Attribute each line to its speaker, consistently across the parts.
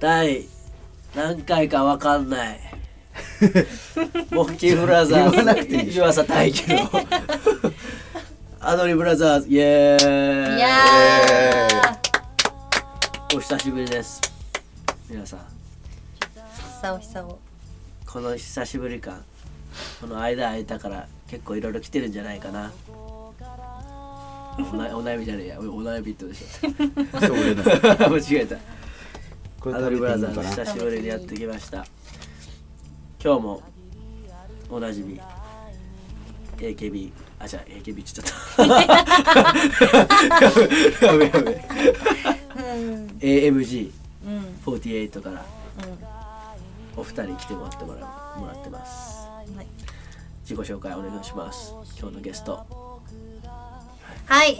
Speaker 1: 第何回かわかん ないモッキーブラザーズ
Speaker 2: 言わなくていいでしょ
Speaker 1: 湯浅大樹 のアドリブラザーズイエーイ
Speaker 3: いや
Speaker 1: お久しぶりです皆さん
Speaker 3: ー久お久お
Speaker 1: この久しぶり感この間空いたから結構いろいろ来てるんじゃないかなおなお悩みじゃねえやおお悩みってことでしょ
Speaker 2: そう俺の
Speaker 1: 間違えた
Speaker 2: これ
Speaker 1: アド
Speaker 2: 食
Speaker 1: リ
Speaker 2: べ
Speaker 1: ブラ
Speaker 2: ていい
Speaker 1: ザ
Speaker 2: の
Speaker 1: ー
Speaker 2: か
Speaker 1: ズ
Speaker 2: な
Speaker 1: 久しぶりにやってきました今日もおなじみ AKB あじゃあ AKB ちょっとやべやべや
Speaker 3: うん
Speaker 1: べ AMG48
Speaker 3: うん
Speaker 1: からお二人来てもらってもらうもらってます
Speaker 3: うんはい
Speaker 1: 自己紹介お願いします今日のゲスト
Speaker 3: はい、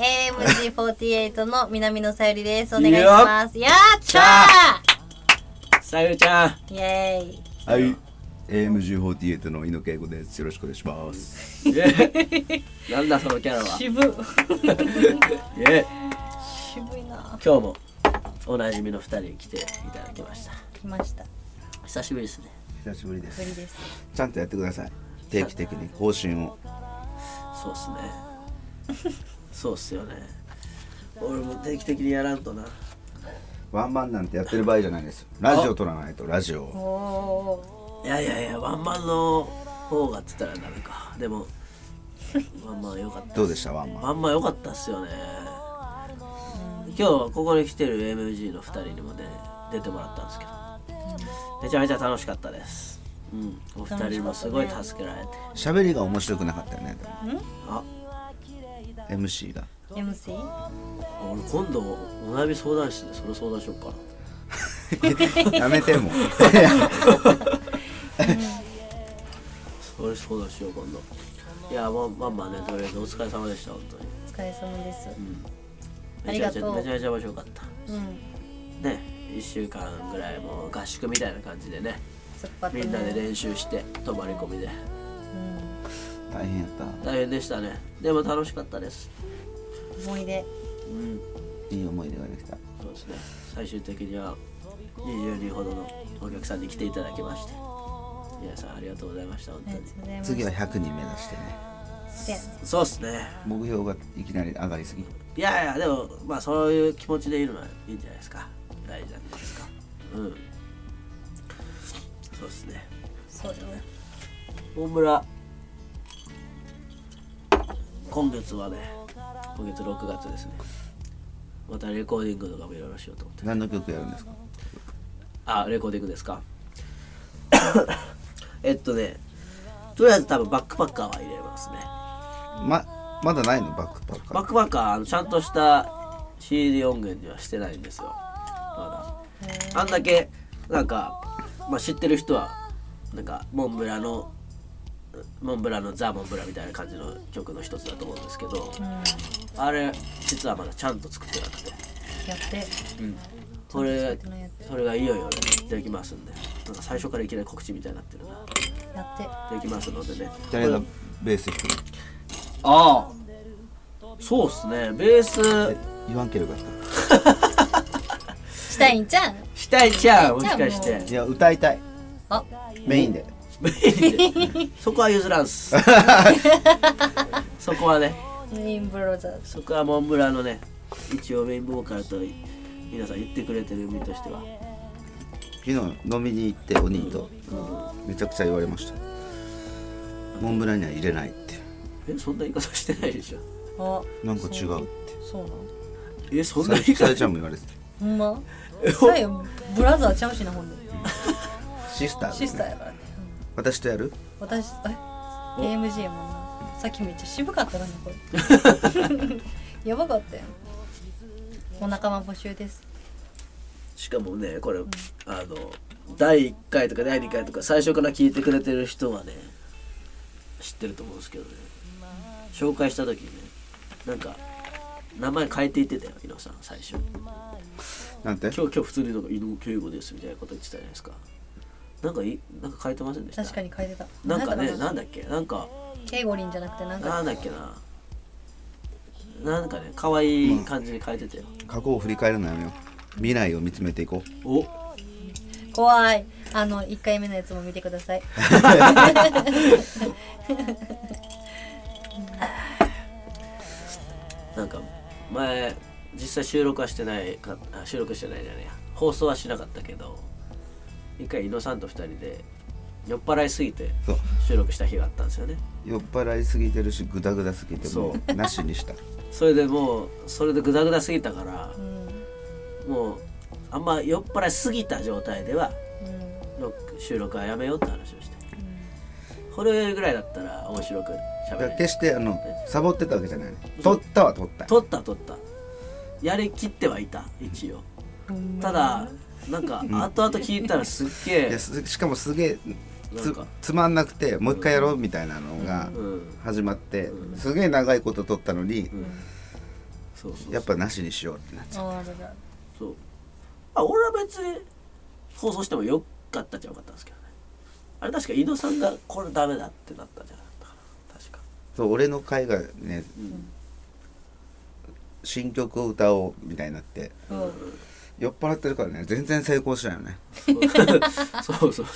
Speaker 3: AMG48 の南野さゆりです。お願いします。やっちゃ
Speaker 1: さゆりち ゃん
Speaker 3: ーイェーイ。
Speaker 2: はい。AMG48 の猪木英子です。よろしくお願いします。
Speaker 1: えなんだそのキャラ は
Speaker 3: 渋。
Speaker 1: え
Speaker 3: 渋いな。
Speaker 1: 今日もおなじみの二人来ていただきました
Speaker 3: 来ました。
Speaker 1: 久しぶりですね
Speaker 2: 久しぶりで
Speaker 3: ぶり。です。
Speaker 2: ちゃんとやってください。定期的に更新を。
Speaker 1: そうっすね そうっすよね俺も定期的にやらんとな
Speaker 2: ワンマンなんてやってる場合じゃないですよ。ラジオ撮らないとラジオを。
Speaker 3: お
Speaker 1: いやいやいやワンマンの方がっつったらダメかでもワンマン良かった
Speaker 2: どうでしたワンマン。
Speaker 1: ワンマン良かったっすよね今日はここに来てる MG の2人にもね出てもらったんですけどめちゃめちゃ楽しかったですうんお二人にもすごい助けられて、
Speaker 2: 喋りが面白くなかったよね。でも
Speaker 1: あ
Speaker 2: MC が。
Speaker 3: ー。MC?
Speaker 1: 俺今度お悩み相談室でそれ相談しようかな
Speaker 2: やめても。
Speaker 1: それ相談しよう今度いやままんまねとりあえずお疲れ様でした本当に
Speaker 3: お疲れ様です。あ
Speaker 1: め
Speaker 3: り
Speaker 1: ちゃ
Speaker 3: が
Speaker 1: めち
Speaker 3: と
Speaker 1: ゃ
Speaker 3: う
Speaker 1: めちゃめちゃ面白かった
Speaker 3: うん。
Speaker 1: ね1週間ぐらいもう合宿みたいな感じでね
Speaker 3: 突っ張って
Speaker 1: みんなで
Speaker 3: ね。
Speaker 1: 練習して泊まり込みで
Speaker 3: うん。
Speaker 2: 大変やった。
Speaker 1: 大変でしたねでも楽しかったです
Speaker 3: 思い出。
Speaker 1: うん
Speaker 2: いい思い出ができた。
Speaker 1: そうですね最終的には20人ほどのお客さんに来ていただきまして皆さんありがとうございました本
Speaker 3: あ
Speaker 1: 当
Speaker 3: り
Speaker 1: に
Speaker 3: がとうございます。
Speaker 2: 次は100人目指してね。
Speaker 3: で
Speaker 1: そうっすね
Speaker 2: 目標がいきなり上がりすぎ。
Speaker 1: いやいやでもまあそういう気持ちでいるのはいいんじゃないですか大事なんじゃないですかうんそうですね
Speaker 3: そうだね。
Speaker 1: 大村今月はね今月6月ですねまたレコーディングとかもいろいろしようと思って
Speaker 2: 何の曲やるんですか
Speaker 1: あレコーディングですか えっとねとりあえず多分バックパッカーは入れますね
Speaker 2: ま、まだないのバックパッカ
Speaker 1: バッ
Speaker 2: ー。
Speaker 1: クパッカーはあのちゃんとした CD 音源にはしてないんですよまだあんだけなんか、まあ、知ってる人はなんかモンブラのモンブラのザ・モンブラみたいな感じの曲の一つだと思うんですけど
Speaker 3: うん。
Speaker 1: あれ実はまだちゃんと作ってなくて
Speaker 3: やっ
Speaker 1: こ
Speaker 3: て。ちゃ
Speaker 1: れ
Speaker 3: んと作ってないや
Speaker 1: それがいよいよねできますんでなんか最初からいきなり告知みたいになってるな
Speaker 3: つ。やって。
Speaker 1: できますのでね
Speaker 2: 誰がベース弾く
Speaker 1: ああそうっすねベース
Speaker 2: のえ言わんければよかっ
Speaker 3: したいんちゃん。
Speaker 1: したいちゃんもしかしたて
Speaker 2: た。いや、歌いたい。
Speaker 3: あ。
Speaker 2: メインで。
Speaker 1: そこは譲らんっすそこはね
Speaker 3: メインブロザーズ。
Speaker 1: そこはモンブランのね一応メインボーカルと皆さん言ってくれてる身としては
Speaker 2: 昨日飲みに行ってお兄とめちゃくちゃ言われましたモンブランには入れないって
Speaker 1: えそんな言い方してないでしょ
Speaker 3: あ。
Speaker 2: なんか違うって
Speaker 3: そうなの。
Speaker 1: えそん
Speaker 2: さ
Speaker 1: な言い
Speaker 2: ゆさ
Speaker 1: 方
Speaker 2: ゆちゃんも言われてて
Speaker 3: ほんま。さやブラザーちゃうしなほんで。
Speaker 2: シスターだね
Speaker 3: シスターやからね。うん
Speaker 2: 私とやる
Speaker 3: 私え AMG やもんな。さっきめっちゃ渋かったからねこ れ。やばかったよ。お仲間募集です。
Speaker 1: しかもねこれあの第1回とか第2回とか最初から聞いてくれてる人はね知ってると思うんですけどね紹介した時にねなんか名前変えていってたよ伊野さん最初今
Speaker 2: なんて
Speaker 1: 日今日普通になんか伊野敬吾ですみたいなこと言ってたじゃないですかなんかいなんか変えてませんでした
Speaker 3: 確かに書いてた。
Speaker 1: なんかね
Speaker 3: な
Speaker 1: なんんだ
Speaker 3: だ
Speaker 1: っけなんか
Speaker 3: ケイゴリンじゃなくてなんか
Speaker 1: なんだっけななんかね可愛い感じに変えてたよ、
Speaker 2: 過去を振り返るのやめよう未来を見つめていこう
Speaker 1: お
Speaker 3: 怖いあの1回目のやつも見てください
Speaker 1: なんか前実際収録はしてないかあ収録してないじゃないや放送はしなかったけど一回井野さんと二人で酔っ払いすぎて
Speaker 2: そう
Speaker 1: 収録した日があったんですよね
Speaker 2: 酔っ払いすぎてるしグダグダすぎても
Speaker 1: そう
Speaker 2: なしに した
Speaker 1: それでもうそれでグダグダすぎたから
Speaker 3: う、ん
Speaker 1: もうあんま酔っ払いすぎた状態では
Speaker 3: うん
Speaker 1: 録収録はやめようって話をしてこれぐらいだったら面白く
Speaker 2: だ
Speaker 1: 喋
Speaker 2: か
Speaker 1: れ
Speaker 2: ら
Speaker 1: る
Speaker 2: 決してあのサボってたわけじゃないね
Speaker 1: そう
Speaker 2: 取ったは取った
Speaker 1: 撮った撮ったやりきってはいた一応ただなんか後々聞いたらすっげ
Speaker 2: いや
Speaker 1: え、
Speaker 2: すしかもすげえ
Speaker 1: な
Speaker 2: つ
Speaker 1: んか
Speaker 2: つまんなくてもう一回やろうみたいなのが
Speaker 1: うん
Speaker 2: 始まってすげえ長いこと取ったのに
Speaker 1: うん、そうそうそう
Speaker 2: やっぱなしにしようってなっちゃう
Speaker 3: あらら
Speaker 1: そうあ俺は別に放送してもよかったっちゃよかったんですけどねあれ確か井戸さんがこれダメだってなったんじゃなかったかな確か
Speaker 2: そう俺の会がね
Speaker 1: うん
Speaker 2: 新曲を歌おうみたいになって
Speaker 3: うん
Speaker 2: 酔っ払ってるからね全然成功しないよね
Speaker 1: そう そうそう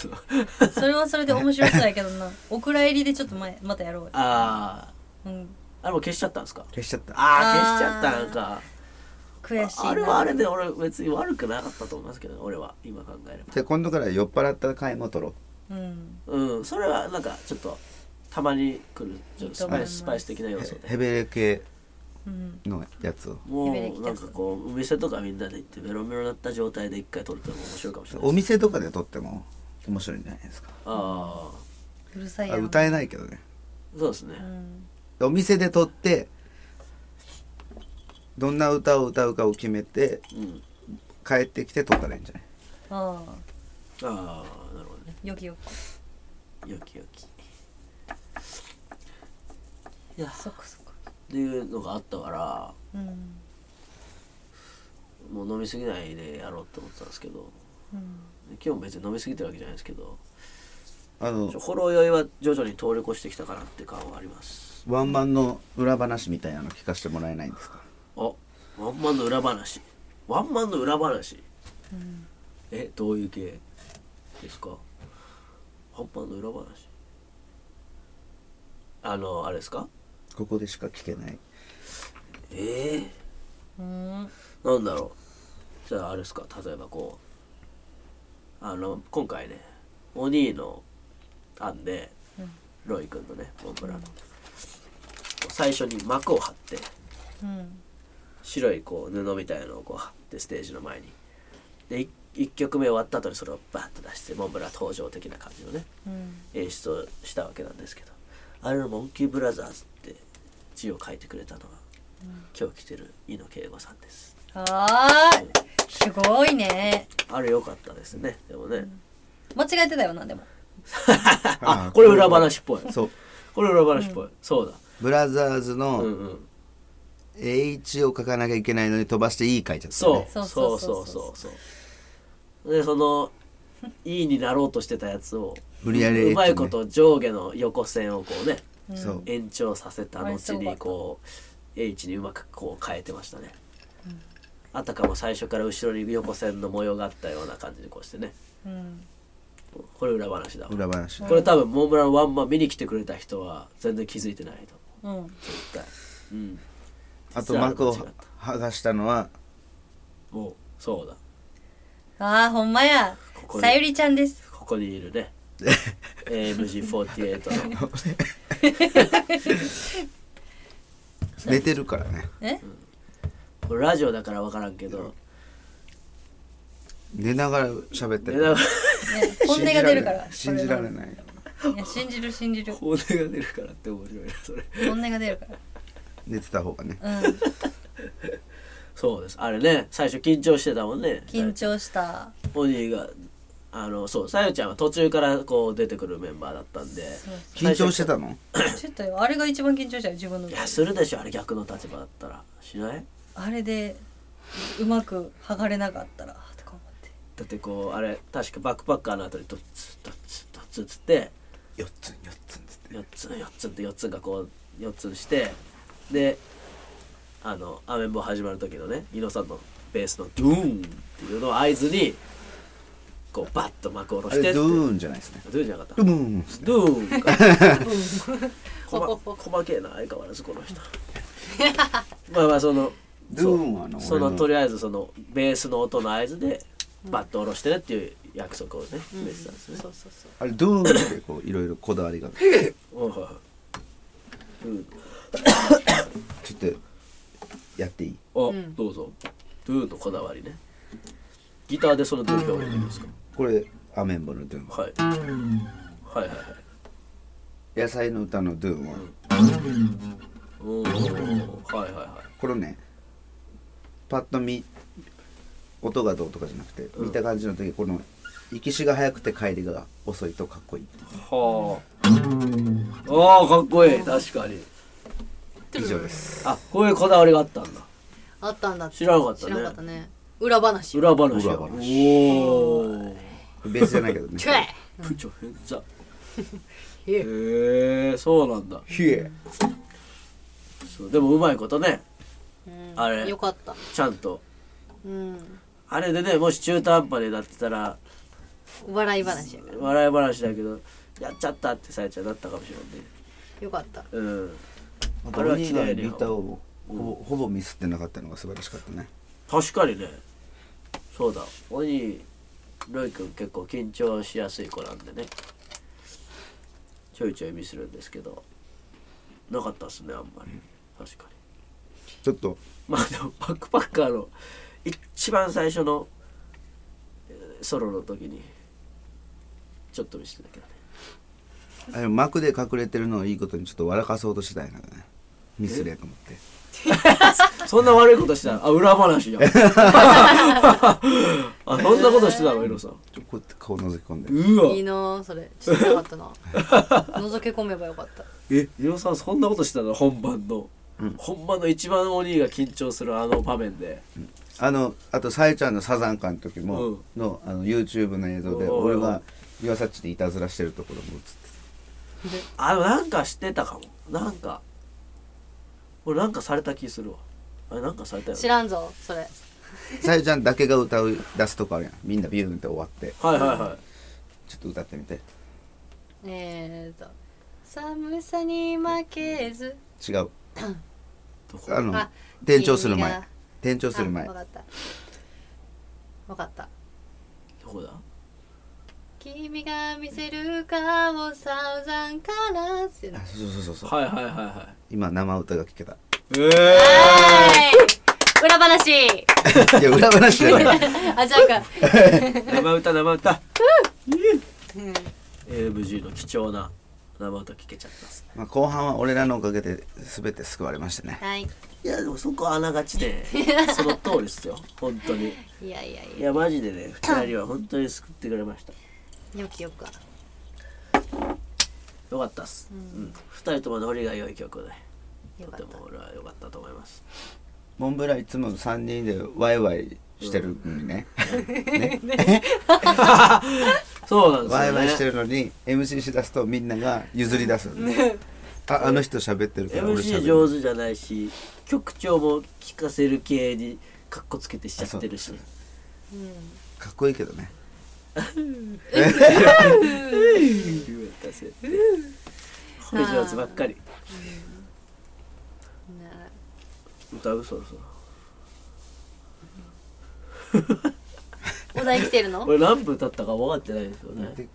Speaker 3: それはそれで面白そうやけどなお蔵入りでちょっと前またやろう
Speaker 1: ああ
Speaker 3: うん
Speaker 1: あれもう消しちゃったんですか
Speaker 2: 消しちゃった
Speaker 1: ああ消しちゃ
Speaker 3: あー
Speaker 1: ったなんか
Speaker 3: 悔しいな
Speaker 1: あれはあれで俺別に悪くなかったと思いますけど俺は今考えれば
Speaker 2: で今度から酔っ払った会も取ろう
Speaker 3: うん
Speaker 1: うんそれはなんかちょっとたまに来るちょっとスパ
Speaker 3: いいと思いま
Speaker 1: イ
Speaker 3: す
Speaker 1: ススパイス的な要素で
Speaker 2: ヘベレ系
Speaker 3: うん
Speaker 2: のやつを
Speaker 1: も
Speaker 3: ヘベレキ
Speaker 1: う
Speaker 3: タ
Speaker 1: な
Speaker 3: ス
Speaker 1: んかこうお店とかみんなで行ってベロベロになった状態で一回撮るってのも面白いかもしれない
Speaker 2: お店とかで撮っても面白いんじゃないですか
Speaker 1: ああ
Speaker 3: うるさい
Speaker 2: あ
Speaker 3: やん
Speaker 2: 歌えないけどね
Speaker 1: そうですね
Speaker 3: うん
Speaker 2: お店で撮ってどんな歌を歌うかを決めて
Speaker 1: うん
Speaker 2: 帰ってきて撮ったらいいんじゃない
Speaker 3: ああ
Speaker 1: ああなるほどね
Speaker 3: よきよき
Speaker 1: よきよきいやっ
Speaker 3: そっかそっか
Speaker 1: ていうのがあったから
Speaker 3: うん
Speaker 1: もう飲み過ぎないでやろうって思ってたんですけど
Speaker 3: うん
Speaker 1: 今日も別に飲み過ぎてるわけじゃないですけど
Speaker 2: あの
Speaker 1: ちょほろ酔いは徐々に通り越してきたかなって感はあります
Speaker 2: ワンマンの裏話みたいなの聞かせてもらえないんですか
Speaker 1: あワンマンの裏話ワンマンの裏話
Speaker 3: うん
Speaker 1: えどういう系ですかワンマンの裏話あのあれですか
Speaker 2: ここでしか聞けない
Speaker 1: ええ
Speaker 3: うん
Speaker 1: なんだろうじゃああれですか例えばこうあの今回ねお兄の案で、
Speaker 3: うん
Speaker 1: ロイ君のねモンブランの、最初に幕を張って
Speaker 3: うん
Speaker 1: 白いこう布みたいなのをこう貼ってステージの前にでい一曲目終わった後にそれをバッと出してモンブラン登場的な感じのね
Speaker 3: うん
Speaker 1: 演出をしたわけなんですけどあれの「モンキーブラザーズ」って字を書いてくれたのは、今日来てる井野圭吾さんです
Speaker 3: はーいすごいね
Speaker 1: あれ良かったですねでもね、
Speaker 3: 間違えてたよなでも
Speaker 1: あこれ裏話っぽい
Speaker 2: そう
Speaker 1: これ裏話っぽい、そうだ
Speaker 2: ブラザーズ
Speaker 1: うん
Speaker 2: の
Speaker 1: うん
Speaker 2: H を書かなきゃいけないのに飛ばして E 書いちゃった
Speaker 1: そ
Speaker 2: ね
Speaker 1: う
Speaker 3: そう
Speaker 1: そうそうそうそうでその「いい」になろうとしてたやつを
Speaker 2: 無理やり H ね
Speaker 1: うまいこと上下の横線をこうね
Speaker 2: そう
Speaker 1: 延長させた
Speaker 3: あれす
Speaker 1: 後
Speaker 3: ごかっ
Speaker 1: に
Speaker 3: た
Speaker 1: こう H にうまくこう変えてましたね、あたかも最初から後ろに横線の模様があったような感じでこうしてね
Speaker 3: うん
Speaker 1: これ裏話だわ
Speaker 2: 裏話
Speaker 1: これ多分モンブランワンマン見に来てくれた人は全然気づいてないと思
Speaker 3: うん
Speaker 1: う絶対うん
Speaker 2: あと幕を
Speaker 1: 実は間違っ
Speaker 2: 剥がした のは
Speaker 1: たもうそうだ
Speaker 3: ああほんまや
Speaker 1: ここに
Speaker 3: さゆりちゃんです
Speaker 1: ここにいる ね AMG48 の
Speaker 2: 寝てるからね
Speaker 3: え
Speaker 1: これラジオだから分からんけ ど
Speaker 2: 寝ながら喋って
Speaker 1: 寝
Speaker 2: る
Speaker 1: ながら
Speaker 3: ね本音が出るから
Speaker 2: 信じられ
Speaker 3: い
Speaker 2: ない
Speaker 3: いや信じる信じる
Speaker 1: 本音が出るからって面白いなそれ
Speaker 3: 本音が出るか
Speaker 2: 寝てた方がね
Speaker 3: らうん
Speaker 1: そうですあれね最初緊張してたもんね
Speaker 3: 緊張した
Speaker 1: お兄があのそうさゆちゃんは途中からこう出てくるメンバーだったんで
Speaker 3: そう
Speaker 2: 緊張して
Speaker 1: た
Speaker 2: たの
Speaker 3: ちょっとよあれが一番緊張したよ自分の
Speaker 1: いやするでしょあれ逆の立場だったらしない
Speaker 3: あれでうまく剥がれなかったらあーとか思って
Speaker 1: だってこうあれ確かバックパッカーの後にドッツドッツドッツっつって
Speaker 2: 4つ4つっつって
Speaker 1: 4つ4つって4つがこう4つしてであの「アメンボ」始まる時のね伊野さんのベースの「ドゥーン」っていうのを合図にこうバッと幕を下ろ
Speaker 2: あ
Speaker 1: して
Speaker 2: れ
Speaker 1: って
Speaker 2: ドゥーンじゃないですね
Speaker 1: ドゥーじゃなかった
Speaker 2: ドゥーン
Speaker 1: ドゥーンかこま細けえな相変わらずこの人まあまあその
Speaker 2: ドゥーンはあの
Speaker 1: その
Speaker 2: 俺の
Speaker 1: とりあえずそのベースの音の合図でバッと下ろしてねっていう約束をね
Speaker 4: うん
Speaker 1: 決めてたんですね
Speaker 4: そうそうそう
Speaker 2: あれドゥーンってこういろいろこだわりが
Speaker 1: おうはいはいうん
Speaker 2: ちょっとやっていい
Speaker 1: あ、
Speaker 4: ん
Speaker 1: どうぞドゥーンのこだわりねギターでそのドゥーン表現できるんですか、
Speaker 2: これアメンボのドゥーン
Speaker 1: はい、はいはいはい
Speaker 2: 野菜の歌のドゥーンは
Speaker 1: おーはいはいは
Speaker 2: これねパッと見音がどうとかじゃなくて見た感じの時この行きしが早くて帰りが遅いとかっこいい
Speaker 1: いはああーかっこいい確かに
Speaker 2: 以上です
Speaker 1: あこういうこだわりがあったんだ
Speaker 4: あったんだって
Speaker 1: 知らなかったね
Speaker 4: 知らなかったね裏話
Speaker 1: 裏話
Speaker 2: 裏
Speaker 1: よ
Speaker 2: 話
Speaker 1: おお
Speaker 2: ベースじゃないけどね
Speaker 4: チュエ
Speaker 1: プチョヘン ザ
Speaker 4: へえ
Speaker 1: へえそうなんだ
Speaker 2: ヒエ
Speaker 1: そうでもうまいことね
Speaker 4: うん
Speaker 1: あれ
Speaker 4: よかった
Speaker 1: ちゃんと
Speaker 4: うん
Speaker 1: あれでねもし中途半端でなってたら
Speaker 4: 笑い話やから
Speaker 1: 笑い話だけどやっちゃったってさやちゃんだったかもしれないね
Speaker 4: よかった
Speaker 1: うん
Speaker 2: あ
Speaker 1: あ
Speaker 2: と
Speaker 1: れは
Speaker 2: 鬼
Speaker 1: 綺
Speaker 2: が
Speaker 1: 麗に
Speaker 2: ギターをほぼほぼミスってなかったのが素晴らしかったね
Speaker 1: 確かにねそうだ鬼ロイ君結構緊張しやすい子なんでねちょいちょいミスるんですけどなかったっすねあんまり確かに
Speaker 2: ちょっと
Speaker 1: まあでもバックパッカーの一番最初のえーソロの時にちょっと見せてたけどね
Speaker 2: あれ幕で隠れてるのをいいことにちょっと笑かそうとしてたんやからねミスれと思って
Speaker 1: そんな悪いことしてたのあ裏話 やあそんなことしてたのエロさん
Speaker 2: ちょこうやって顔覗き込んで
Speaker 1: うわ
Speaker 4: いいなぁそれちょっとよかったな 覗け込めばよかった
Speaker 1: え伊野さんそんなことしてたの本番の、本番の一番鬼が緊張するあの場面で、
Speaker 2: あのあとさえちゃんのサザンカの時も、
Speaker 1: うん
Speaker 2: のあの YouTube の映像で
Speaker 1: おー
Speaker 2: 俺が岩サッチでいたずらしてるところも映って
Speaker 1: あでもなんかしてたかもなんか俺なんかされた気するわあれなんかされたよね
Speaker 4: 知らんぞそ
Speaker 2: た
Speaker 4: れ
Speaker 2: さえちゃんだけが歌う出すとこあるやんみんなビューンって終わって
Speaker 1: はいはいはい
Speaker 2: ちょっと歌ってみて
Speaker 4: えーと寒さに負けず
Speaker 2: 違う
Speaker 1: どこ
Speaker 2: あの
Speaker 4: あ
Speaker 2: 転調する
Speaker 4: 君
Speaker 2: 前
Speaker 4: が
Speaker 2: 転調する前
Speaker 4: あわかったわかった
Speaker 1: どこだ
Speaker 4: 君が見せる顔サウザンからって
Speaker 2: あそうそうそうそう
Speaker 1: はいはいはいは
Speaker 2: 今生歌が聞けた
Speaker 1: いえ
Speaker 4: はい裏
Speaker 2: い
Speaker 4: 話
Speaker 2: や裏話じゃない
Speaker 4: あじゃあか
Speaker 1: ー、生歌生歌 AMG の貴重な生歌聞けちゃったっすね
Speaker 2: まあ後半は俺らのおかげで全て救われましたね
Speaker 4: はい
Speaker 1: いやでもそこはあながちで その通りっすよ本当に
Speaker 4: いやいやい
Speaker 1: い
Speaker 4: や
Speaker 1: やマジでね2人は本当に救ってくれました
Speaker 4: よきよか
Speaker 1: よかったっす、うん二人ともノリが良い曲で
Speaker 4: よ
Speaker 1: と
Speaker 4: か
Speaker 1: て
Speaker 4: った
Speaker 1: も俺は良かったと思います
Speaker 2: モンブランいつも3人でワイワイしてるのにね、
Speaker 1: そうなんですよね
Speaker 2: ワイワイしてるのに MC しだすとみんなが譲り出すのねああの人喋ってるから俺喋
Speaker 1: MC
Speaker 2: る
Speaker 1: 上手じゃないし曲調も聴かせる系にカッコつけてしちゃってるし
Speaker 2: あそう
Speaker 4: うん
Speaker 2: かっこいいけどね
Speaker 1: 言えたせって褒め上手ばっかり
Speaker 4: ね
Speaker 1: 歌うそうそう
Speaker 4: お題来てるの
Speaker 1: 俺何分経ったか分かってないんですよね
Speaker 2: で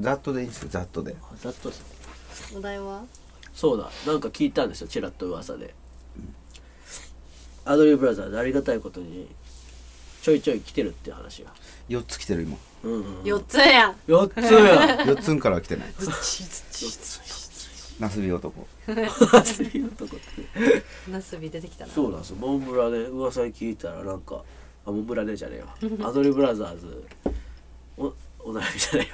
Speaker 2: ざっとでいいんですよざっとで
Speaker 1: あざっとです
Speaker 4: お題は
Speaker 1: そうだなんか聞いたんですよちらっと噂でアドリブブラザーズありがたいことにちょいちょい来てるっていう話が
Speaker 2: 4つ来てる今
Speaker 1: うんうん
Speaker 4: 四つや
Speaker 1: 4つや
Speaker 2: 4つんからは来てない なすび男
Speaker 4: んなすび出てきたな
Speaker 1: そうなんですよモンブラで噂に聞いたらなんかあモンブラねじゃね えわアドリブラザーズおお悩みじゃね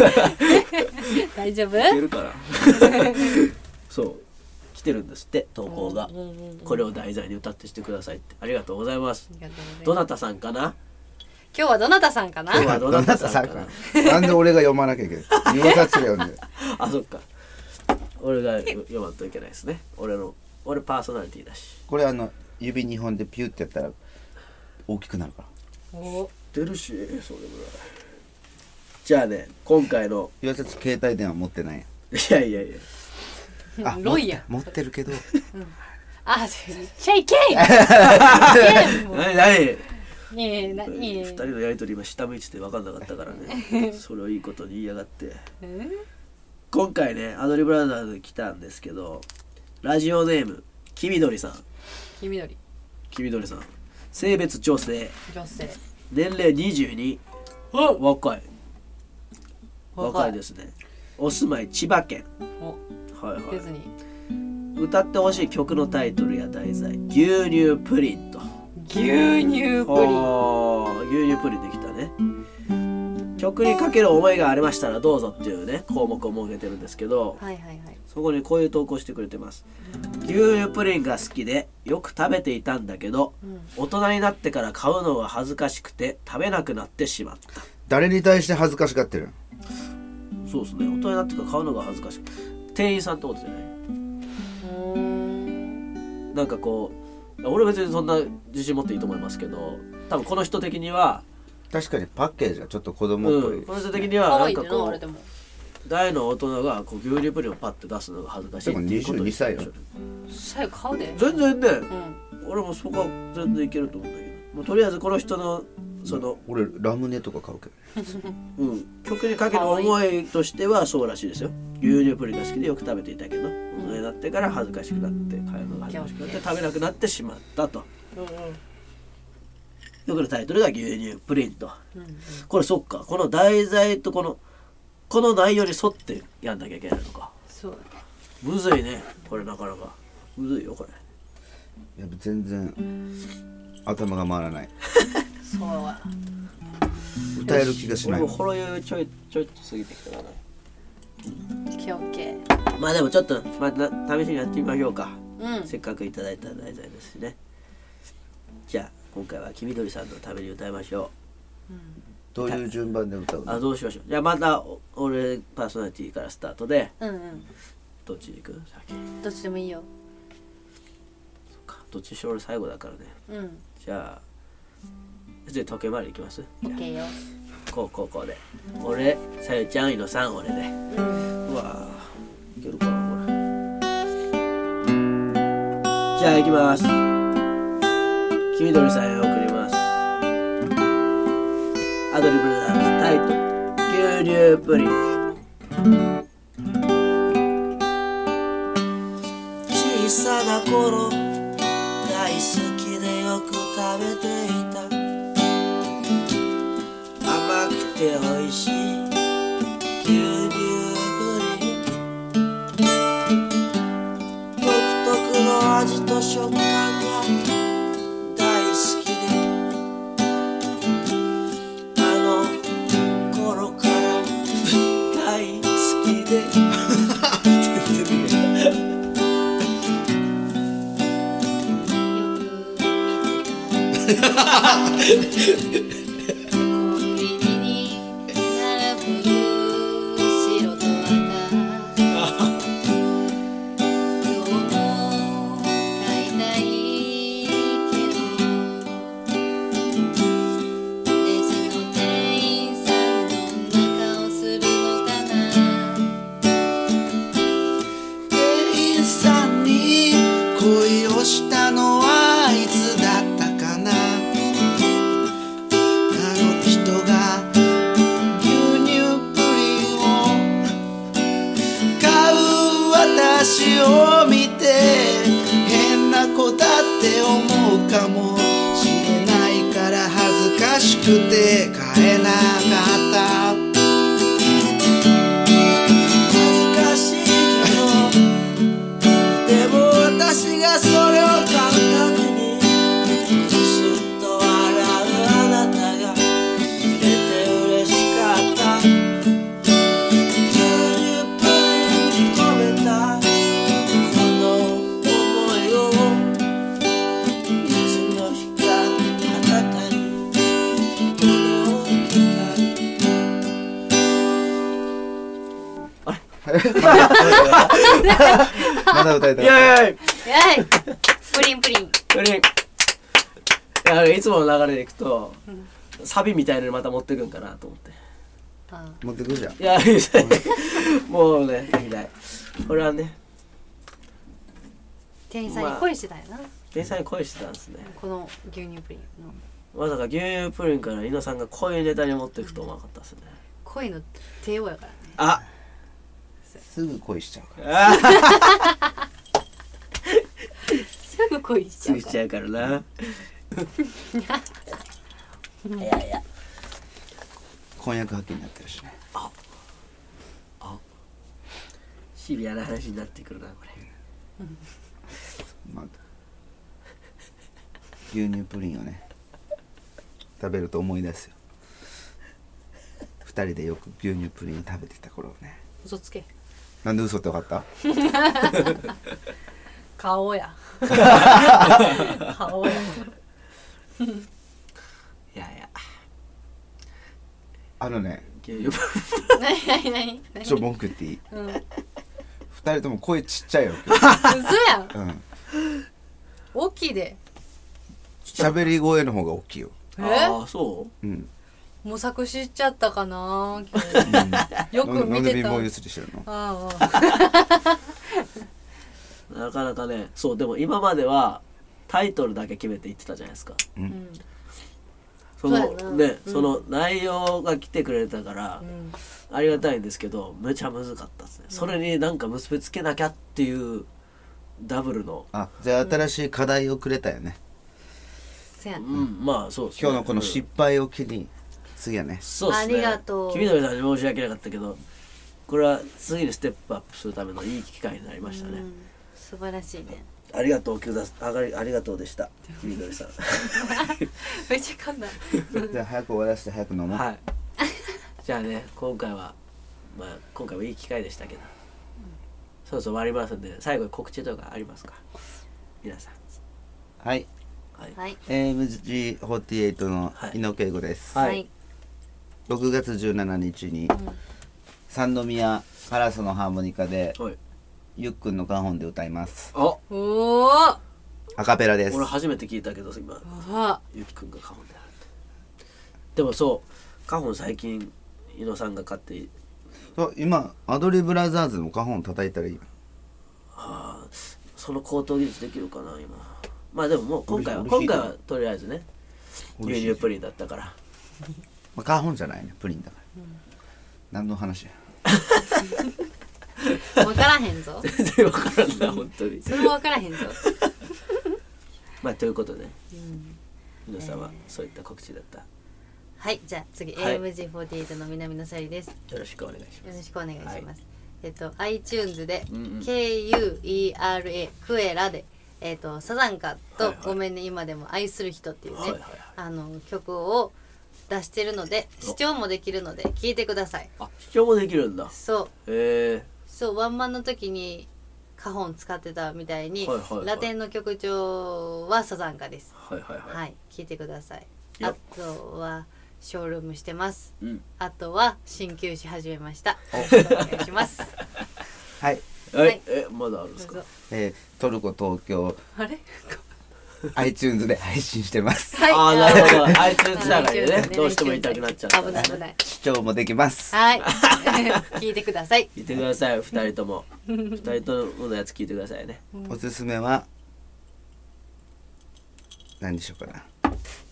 Speaker 1: えわ
Speaker 4: 大丈夫
Speaker 1: いける かなそう来てるんですって投稿が
Speaker 4: うんうんうんうん
Speaker 1: これを題材に歌ってしてくださいってありがとうございます
Speaker 4: ありがとうございます
Speaker 1: どなたさんかな
Speaker 4: 今日はどなたさんかな
Speaker 1: 今日はどなたさんかな
Speaker 2: なんで俺が読まなきゃい けない岩さっちが読んで
Speaker 1: あそっか俺が読まんといけないですね俺の俺パーソナリティだし
Speaker 2: これあの指2本でピュってやったら大きくなるから
Speaker 4: お
Speaker 1: ってるしそれぐらいじゃあね今回の
Speaker 2: 岩瀬携帯電話持ってない
Speaker 1: いやいやいや
Speaker 2: やんあ
Speaker 4: ロイヤー
Speaker 2: 持って持ってるけど
Speaker 4: あ、言っちゃいけんいけんもう
Speaker 1: 何何
Speaker 4: いえいえ、な
Speaker 1: 二
Speaker 4: いえいえ
Speaker 1: 人のやりとり今下道で分かんなかったから ねそれをいいことに言いやがって
Speaker 4: うん
Speaker 1: 今回ねアドリブラザーズに来たんですけどラジオネーム黄緑さん
Speaker 4: 黄緑、
Speaker 1: 黄緑さん性別女性
Speaker 4: 女性
Speaker 1: 年齢22若い若いですすねお住まい千葉県
Speaker 4: お、
Speaker 1: はいは
Speaker 4: ディズ
Speaker 1: い
Speaker 4: ニ
Speaker 1: 歌ってほしい曲のタイトルや題材牛乳プリンと
Speaker 4: ー牛乳プリン
Speaker 1: おー牛乳プリンできたね曲にかける思いがありましたらどうぞっていうね項目を設けてるんですけど
Speaker 4: はいはいはい
Speaker 1: そこにこういう投稿してくれてます牛乳プリンが好きでよく食べていたんだけど
Speaker 4: うん
Speaker 1: 大人になってから買うのが恥ずかしくて食べなくなってしまった
Speaker 2: 誰に対して恥ずかしがってる
Speaker 1: そうですね大人になってから買うのが恥ずかしく店員さんってことじゃないう
Speaker 4: ーん
Speaker 1: なんかこう俺別にそんな自信持っていいと思いますけど多分この人的には、
Speaker 2: 確かにパッケージがちょっと子
Speaker 1: う
Speaker 2: 供っぽい、
Speaker 1: ん、この人的に
Speaker 4: 可
Speaker 1: はなん
Speaker 4: 愛い
Speaker 1: か
Speaker 4: ってな、
Speaker 1: こ
Speaker 4: あれ
Speaker 1: う
Speaker 4: でも
Speaker 1: 大の大人がこう牛乳プリンをパッて出すのが恥ずかしい
Speaker 2: でも
Speaker 1: っていうこと
Speaker 2: 22歳よ
Speaker 4: 最後買うで
Speaker 1: 全然ね
Speaker 4: うん
Speaker 1: 俺もそこは全然いけると思うんだけどもうとりあえずこの人のその、
Speaker 2: 俺ラムネとか買うけど
Speaker 1: うん、曲にかける思いとしてはそうらしいですよ牛乳プリンが好きでよく食べていたけど大人になってから恥ずかしくなって買うのが恥ずかしくなって食べなくなってしまったと
Speaker 4: うんうん
Speaker 1: 曲のタイトルが牛乳プリンと
Speaker 4: うんうん
Speaker 1: これそっかこの題材とこのこの内容に沿ってやんなきゃいけないのか
Speaker 4: そうだね
Speaker 1: むずいねこれなかなかむずいよこれ
Speaker 2: やっぱ全然頭が回らない
Speaker 4: そうだ
Speaker 2: 歌える気がし
Speaker 1: 俺
Speaker 2: ない
Speaker 1: もほろ酔いちょいちょい過ぎてきたかな
Speaker 4: オッケーオッケー
Speaker 1: まあでもちょっとまた試しにやってみましょうか、
Speaker 4: うん
Speaker 1: せっかくいただいた題材ですしねじゃあ今回は黄緑さんのために歌いましょ
Speaker 2: どういう順番で歌う
Speaker 1: うあ
Speaker 2: の
Speaker 1: どうしましょうじゃあまたお俺パーソナリティからスタートで
Speaker 4: うんうん
Speaker 1: どっち行く先
Speaker 4: どっちでもいいよ
Speaker 1: かどっちしろ俺最後だからね
Speaker 4: うん
Speaker 1: じゃあじゃあ時計回り行きます
Speaker 4: オッケーよ
Speaker 1: こうこうこうで俺さゆちゃんいのさん俺でうわーいけるかなこれじゃあ行きます黄緑さんへ送りますアドリブラザーズタイトル牛乳プリン小さな頃大好きでよく食べていた甘くて美味しい牛乳プリン独特の味と食感が大好きであの頃から大好きで全然できない
Speaker 4: よく見てたこうコンビニに並ぶ白と赤今日も買いたいけどレジの店員さんどんな顔するのかな
Speaker 5: 店員さんに恋をしたのはいつだったかなあの人が牛乳プリンを買う私を見て変な子だって思うかもしれないから恥ずかしくて買えなかった恥ずかしいけどでも私がそれを買うためにずっと笑うあなたがいれて嬉しかった10分に込めたこの想いをいつの日かあなたに届けたい
Speaker 2: まだ歌えた
Speaker 1: イエーイ
Speaker 4: えいプリンプリン
Speaker 1: プリンいやいつもの流れでいくと、サビみたいのにまた持ってくんかなと思って
Speaker 4: あ
Speaker 2: 持ってくるじゃん
Speaker 1: いや見たいもうね見たいこれはね
Speaker 4: 店員さんに恋してたよな、
Speaker 1: 店員さんに恋してたんですね
Speaker 4: この牛乳プリンの
Speaker 1: まさか牛乳プリンから猪野さんが恋ネタに持っていくと思わなかったですね
Speaker 4: 恋の帝王やからね
Speaker 1: あ
Speaker 2: すぐ恋しちゃうから
Speaker 4: すぐ恋しち
Speaker 1: つ
Speaker 4: ゃう
Speaker 1: い
Speaker 4: か
Speaker 1: ちゃうからな
Speaker 2: 婚約破棄になってるしね
Speaker 1: シビアな話になってくるなこ
Speaker 2: まあ牛乳プリンをね食べると思い出すよ二人でよく牛乳プリンを食べてた頃をね
Speaker 4: ら嘘つけ
Speaker 2: なんで嘘って分かった
Speaker 4: 顔 や顔や
Speaker 1: れいやいや
Speaker 2: あのね
Speaker 1: 牛乳プリン
Speaker 4: 何何何何
Speaker 2: ちょ文句言っていい
Speaker 4: うん嘘
Speaker 2: 二人とも声ちっちゃいよ
Speaker 4: や
Speaker 2: 今
Speaker 4: ん
Speaker 2: 日うん
Speaker 4: 大きいで
Speaker 2: 喋り声の方が大きいよ
Speaker 4: え
Speaker 1: ああそう
Speaker 2: うん
Speaker 4: 模索しちゃったかな今日よ
Speaker 2: な
Speaker 4: く
Speaker 2: んな
Speaker 4: 見
Speaker 2: んで
Speaker 4: て
Speaker 2: 貧
Speaker 4: た
Speaker 2: 乏ゆすりしてるの
Speaker 4: ああ
Speaker 1: なかなかねそうでも今まではタイトルだけ決めて言ってたじゃないですか
Speaker 2: う
Speaker 4: うんん
Speaker 1: その
Speaker 4: そうやな
Speaker 1: ね、
Speaker 4: うん
Speaker 1: その内容が来てくれたから
Speaker 4: うん
Speaker 1: ありがたいんですけどめちゃむずかったですね、それになんか結びつけなきゃっていうダブルの
Speaker 2: あじゃあ新しい課題をくれたよね
Speaker 4: せや
Speaker 1: う、
Speaker 4: なん
Speaker 1: まあそうですね
Speaker 2: 今日のこの
Speaker 1: うん
Speaker 2: 失敗を機に次はね
Speaker 1: そうですね
Speaker 4: ありがとう
Speaker 1: 君鳥さんに申し訳なかったけどこれは次にステップアップするためのいい機会になりましたね、
Speaker 4: うん素晴らしいね
Speaker 1: ありがとうキューザあがりありがとうでした君鳥さん
Speaker 4: めっちゃ噛んだ
Speaker 2: じゃあ早く終わらせて早く飲もう、
Speaker 1: はいじゃあね今回はまあ今回もいい機会でしたけど、そろそろ終わりますんで最後に告知とかありますか皆さん
Speaker 2: はい
Speaker 1: はい、
Speaker 4: はい
Speaker 2: AMG48 の猪野恵吾です、
Speaker 1: はい
Speaker 2: 6月17日に三宮カラスのハーモニカで
Speaker 1: はい、
Speaker 2: ゆっくんのカホンで歌います
Speaker 1: あ
Speaker 4: おお
Speaker 2: アカペラです
Speaker 1: 俺初めて聞いたけど今
Speaker 4: あ
Speaker 1: ゆきくんがカホンであるってでもそうカホン最近猪野さんが買って
Speaker 2: そう今アドリブラザーズのカホン叩いたらいいよ
Speaker 1: あーその高等技術できるかな今まあでももう今回は
Speaker 2: 俺俺
Speaker 1: 今
Speaker 2: 聞いた
Speaker 1: 回
Speaker 2: よ
Speaker 1: はとりあえずね
Speaker 2: 俺
Speaker 1: 牛
Speaker 2: 聞いた
Speaker 1: 乳プリンだったから
Speaker 2: まあ、カホンじゃないねプリンだから、何の話や
Speaker 4: 分からへんぞ
Speaker 1: 全然わからんな本当に
Speaker 4: それも分からへんぞ
Speaker 1: まあということで猪野さんはそういった告知だった
Speaker 4: はいじゃあ次
Speaker 1: はい
Speaker 4: AMG48 の南野さゆりです
Speaker 1: よろしくお願いしま
Speaker 4: よろ
Speaker 1: す
Speaker 4: しくお願いします。
Speaker 1: は
Speaker 4: えっと iTunes で、
Speaker 1: うんうん
Speaker 4: KUERA クエラでえっとサザンカと、
Speaker 1: はいはい
Speaker 4: ごめんね今でも愛する人っていうね、
Speaker 1: はいはいはい
Speaker 4: あの曲を出してるので視聴もできるので聞いてください。
Speaker 1: あ視聴もできるんだ
Speaker 4: そう
Speaker 1: へえ
Speaker 4: そうワンマンの時にカホン使ってたみたいに、
Speaker 1: はいはいはい
Speaker 4: ラテンの曲調はサザンカです。
Speaker 1: はいはいはい、
Speaker 4: はい、聞いてください。
Speaker 1: よ
Speaker 4: あとはショールームしてます。
Speaker 1: うん
Speaker 4: あとは鍼灸師始めました。よろしくお願いします。
Speaker 2: はい、
Speaker 1: はい、
Speaker 4: はい
Speaker 1: えまだあるんで
Speaker 4: ど
Speaker 1: す
Speaker 4: う
Speaker 1: か
Speaker 4: ぞ
Speaker 2: えートルコ東京
Speaker 4: あれ
Speaker 2: iTunes で配信してます
Speaker 4: はい。
Speaker 1: ああなるほどあいつつながりでね
Speaker 4: はい
Speaker 1: どうしても痛くなっちゃった
Speaker 4: 危ない危ない。
Speaker 2: 視聴もできます
Speaker 4: はい。聞いてください。
Speaker 1: 聞いてください二人と も二人とものやつ聞いてくださいね
Speaker 2: おすすめは何でしょうかな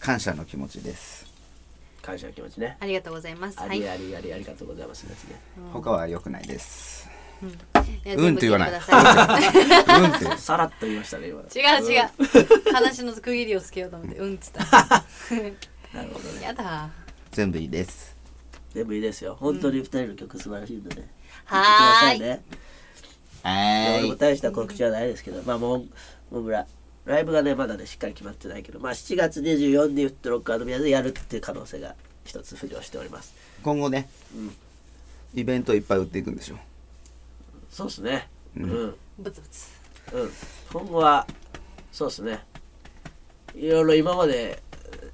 Speaker 2: 感謝の気持ちです
Speaker 1: 感謝の気持ちね
Speaker 4: ありがとうございます。
Speaker 1: あ
Speaker 4: はい。い
Speaker 1: り
Speaker 4: や
Speaker 1: ありありありがとうございますね次ね
Speaker 2: 他は良くな いです
Speaker 4: 全部
Speaker 2: うんと言わない
Speaker 4: 聞てくださ
Speaker 2: うんって
Speaker 1: さらっと言いましたね今
Speaker 4: い 違う違う。話の区切りをつけようと思って、うんっつった。
Speaker 1: なるほどね
Speaker 4: やだ。
Speaker 2: 全部いいです
Speaker 1: 全部いいですよ本当に二人の曲素晴らしいので、聞いてくだ
Speaker 4: は
Speaker 1: さ
Speaker 4: ー
Speaker 1: い
Speaker 4: い。
Speaker 1: ね
Speaker 2: は
Speaker 1: 俺も
Speaker 2: ーい
Speaker 1: 大した告知はないですけどまあもうもぐらライブがねまだねしっかり決まってないけどまあ7月24にフットロックアドミアでやるっていう可能性が一つ浮上しております
Speaker 2: 今後ね、
Speaker 1: うん
Speaker 2: イベントいっぱい売っていくんでしょ
Speaker 1: そうっすねう
Speaker 2: うんん
Speaker 1: うん
Speaker 4: ブツブツ。
Speaker 1: 今後はそうっすねいろいろ今まで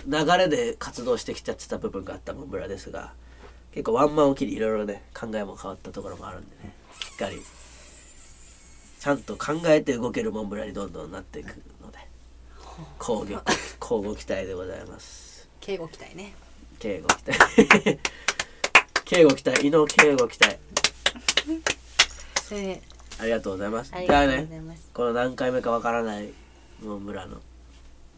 Speaker 1: 流れで活動してきちゃってた部分があったもぐらですが結構ワンマンを機にいろいろね考えも変わったところもあるんでねしっかりちゃんと考えて動けるモンブランにどんどんなっていくので交互交互期待でございます
Speaker 4: 敬語期待ね。
Speaker 1: 敬語期待 敬語期待井野敬語期待
Speaker 4: それで
Speaker 1: ありがとうございます
Speaker 4: あり
Speaker 1: じゃあ
Speaker 4: がとうござい
Speaker 1: ね
Speaker 4: ます
Speaker 1: この何回目かわからないもう村の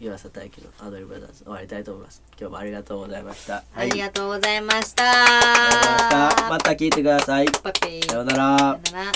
Speaker 1: 岩佐大輝のアドリブブラザーズ終わりたいと思います今日もありがとうございました
Speaker 4: ありがとうございました
Speaker 1: ありがとうございましたまた聞いてください
Speaker 4: パピー
Speaker 1: さ
Speaker 4: さ
Speaker 1: よう
Speaker 4: よ
Speaker 1: なら
Speaker 4: なら